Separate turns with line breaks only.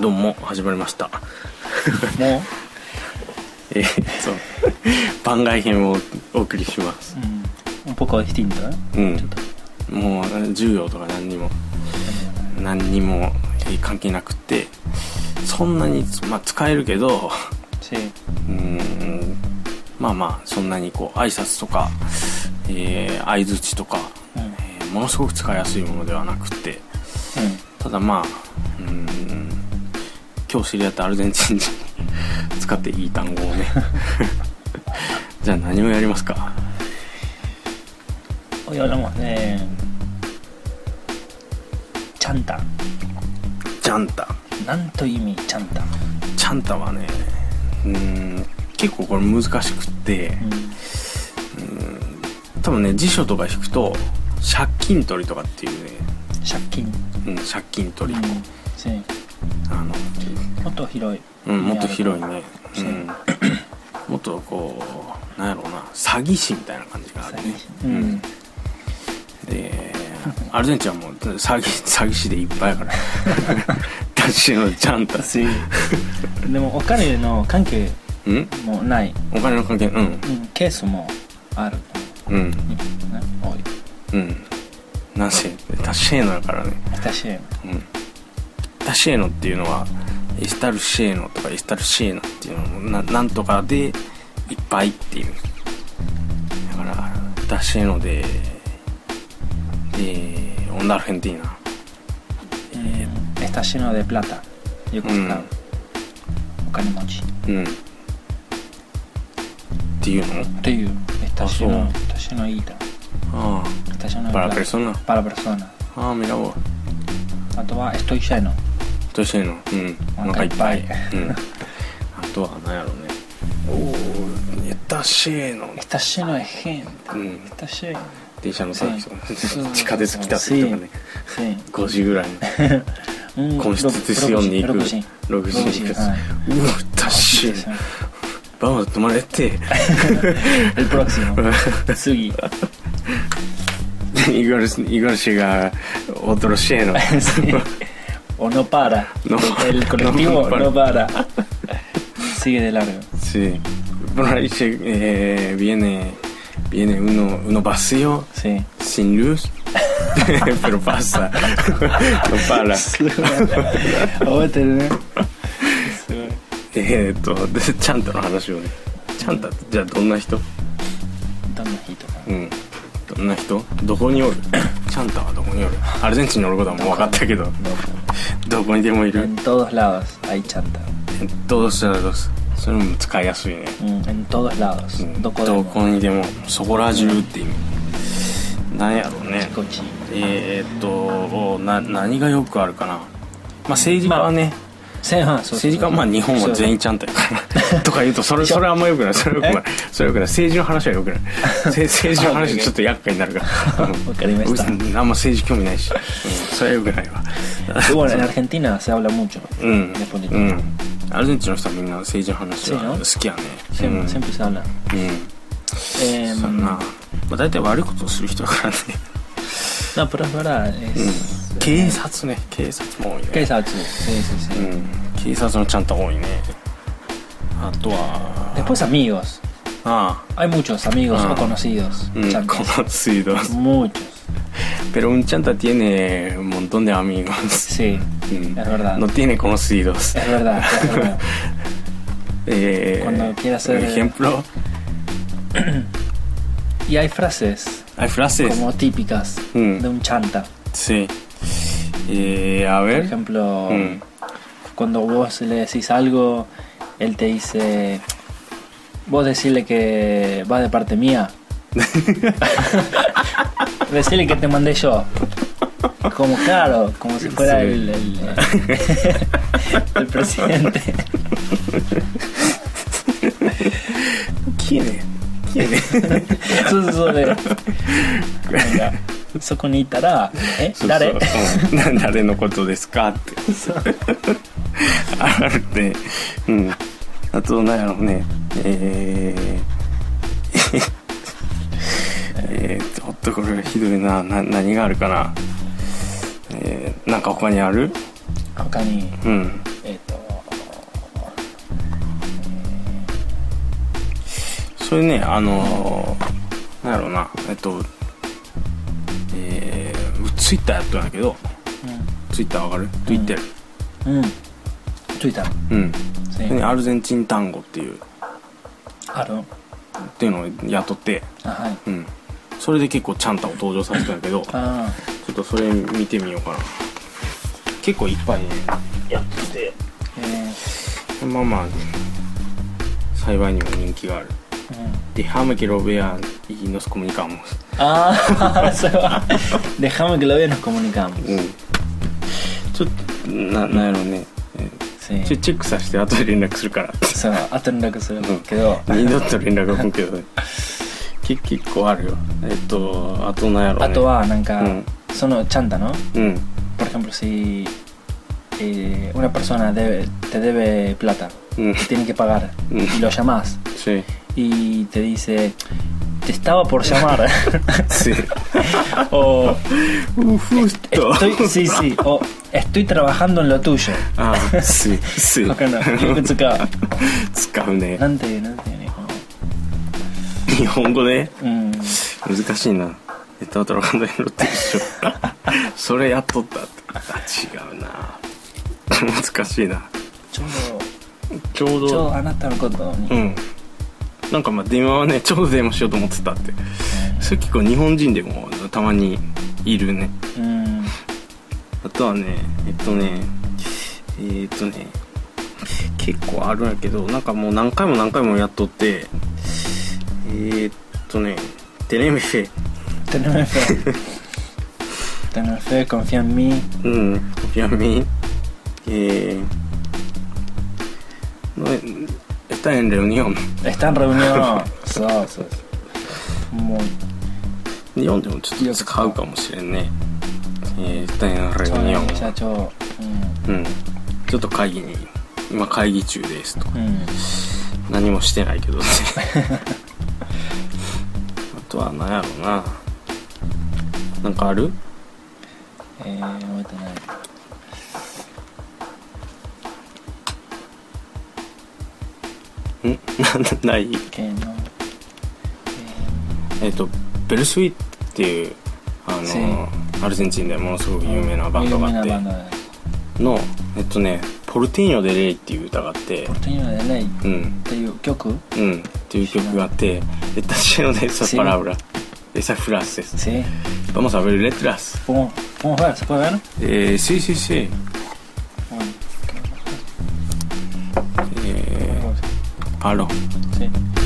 どうも始まりました。
も
えーっと番外編をお送りします。
う、うん、ポカはしていいんだ
うん
ちょっと。
もう10秒とか何にも何にもえー関係なくて、そんなにまあ使えるけど、
せ
うーんまあまあそんなにこう挨拶とか、えー相槌とか、
うんうん
えーものすごく使いやすいものではなくて、ただまあうーん今日知り合ったアルゼンチン人 使っていい単語をね じゃあ何をやりますか
おやらまねチャンタン
ジャンタ
なんという意味チャンタン、
チャンタはねうーん結構これ難しくって多分ね辞書とか引くと借金取りとかっていうね、
借金
うん、借金取り、
せ
あの
もっと広い
うん、もっと広いね、う、
そうん
もっとこうなんやろうな詐欺師みたいな感じがあるね
詐欺師うん
でアルゼンチンはもう詐欺詐欺師でいっぱいやから私のジャンタ
せでもお金の関係
うん
もない、
お金の関係うん
うん、ケースもある
うん
日本ね多い
うんなんせタシェーノやからね
私
うんタシェーノっていうのはエスタルシェーノとかエスタルシェーノっていうのもななんとかでいっぱいっていうだからタシェーノででオンダアルヘンティーナ
está lleno de plata よく使う、
うん
お金持ち
うんっていうの
っていう está
Ah, sí.
lleno está lleno de guita
あ
está lleno
あ
de
パラ
plata
ペルソナ
para persona
ああ、ミラボー。
あとは estoy lleno
どうしてんのうん。お
お
腹
腹
い
い
っ
っ
ぱ
ぱ
い
い。
うん。あとは何やろうね。おお、エタシェーの
está lleno de gente
うん
está lleno
電車のさ
う、ん
そう 地下鉄来た時とかね、
sí
5時ぐらいの、
うん
コンスティテューションに行く、
六人
6時に行くやつ。う
はい
わ、エタシェー
Estoy lleno.
バマ止まれって、
¿eh? el próximo Sugi
イゴルス、イゴルシが、オトロシェーの。
Sí. o no para
No.
el colectivo
No
no
para.
para, sigue de largo
Sí. Por ahí se- eh, viene, viene uno, uno vacío,
sí
sin luz, pero pasa. No para.
Obete, ¿eh? Sí.
えー、っとでチャンタの話をねチャンタってじゃあどんな人
Dame un ojito.
うんどんな人どこに おるチャンタはどこにおるアルゼンチンにおることはもう分かったけどどこにでもいる
En todos lados hay chanta.
どうしたらどうすそれも使いやすいね
Mm, En todos lados.
うんど
Doko demo.
こにでもそこら中っていうなんやろうね
Chicochi.
えー、っとな何がよくあるかなまあ政治家はね、
Sí, ah, so-
政治家はまあ日本は全員ちゃんとやから とか言うとそれそれあんまよくないそれよくないそれよくない政治の話はよくない せ政治の話ちょっと厄介になるからうん
わかりました
うんあんま政治興味ない し、うんそれはよくないわ
Y bueno, en Argentina se habla mucho
うん、
de
う
política.
ん、アルゼンチンの人はみんな政治の話は
そうよ
好きやね
Sie-
うん、うん、
Siempre se habla.
そ
Em,
んな、まあ、大体悪いことをする人だ からね
no, pero es verdad.
Mm.
Es,
警
eh,
察ね警察も多いね
¿Qué sabes? Sí, sí,
う
sí.
ん、警察のちゃんと多いねあとは
Después amigos.
あ
Hay muchos amigos
Ah.
o conocidos.
あ、うん、
chantas.
この水道
Muchos.
Pero un chanta tiene un montón de amigos.
Sí,
Mm.
es verdad.
No tiene conocidos.
Es verdad, es verdad.
Eh,
Cuando quiera hacer-
Por ejemplo,
Y hay frases
hay frases.
como típicas
Mm.
de un chanta.
Sí. Eh, a
Por
ver.
ejemplo,
Mm.
cuando vos le decís algo, él te dice, vos decirle que vas de parte mía. decirle que te mandé yo. Como claro, como si fuera
Sí.
el, el, el presidente.
¿Quién es? ¿Quién es?
Eso es sobre... Venga, eso con Itara, ¿eh? Dare.
So- so- mm. Dare no koto desu ka? って。あるね。うん。あと、なんやろうね。え ーえーっと、おっと、これひどいな。な、何があるかな。ええーなんか他にある
他に
うん
えっ、と
それねあのー、なんやろうなえっとえー、ツイッターやったんやけどツイッターわかるツイッター
うん、うん、Twitter
うん
sí.
それにアルゼンチン単語っていう
ある
っていうのを雇って
あはい
うんそれで結構ちゃんたを登場させたんやけどちょ
あ
っとそれ見てみようかな結構いっぱいねやってて
ーえ
まあまあ幸いにも人気がある
ーうん
Déjame que lo vea y nos comunicamos.
Ah, se va. Déjame que lo vea y nos comunicamos.
ちょっとななんやろうねえーちょ
Sí.
チェックさせて後で連絡するから
Se va. Hasta en la que se
Mm.
quedó.
二度と連絡が来んけどね結結構あるよえっとあとなんやろうね
Pato va, Nanka.
Mm.
Son chanta, ¿no?
うん、
Por ejemplo, si eh, una persona debe- te debe plata,
うん、
te tiene que pagar,
Mm.
y lo llamás,
せ
y te dice, te estaba por llamar.
せ
o
うふっと
estoy, sí, sí, o estoy trabajando en lo tuyo.
あせせ
Acá no, yo pensé que-
使うね
Nante, nante, no.
日本語ね
Mm.
難しいなネタトラカンダイロって一緒 それやっとったってあ違うな難しいな
Yo-
ちょうど
ちょあなたのことに、
うんなんかまあ電話はねちょうど電話しようと思ってたってそれ結構日本人でもたまにいるね
うん
あとはねえっとねえーっとね結構あるんやけどなんかもう何回も何回もやっとってえーっとねテレメフェ
tenerme fe tener fe confía en mí
うん、いやみ、えー、no está en reunión。
está en reunión sos sos muy
日本でもちょっと使うかもしれんね。えー、está en
soy
reunión。
un muchacho Mm.
うん。ちょっと会議に、今会議中ですとか。
うんうん
何もしてないけ どね。あとは何やろうな。なんかある
えー、覚えてない
んない
けど
えっ、と、ベルスイっていう、あの
せ
アルゼンチンでものすごく有名なバンド
有
が
名
あっ
な
て。
バンドだね
のえっとね「ポルティーニョ・デ・レイ」っていう歌があって
「Porteño de Ley」
「うん
っていう曲
うん」っていう曲があって「エタシェノ・デ・サ・パラブラ」「エサ・フラスです」
Sí,
「バモサ・ベル・レトラス
podemos, podemos ver, ¿se puede ver?」
えー「シーシーシー」
Bueno,
えー「パロ」
sí.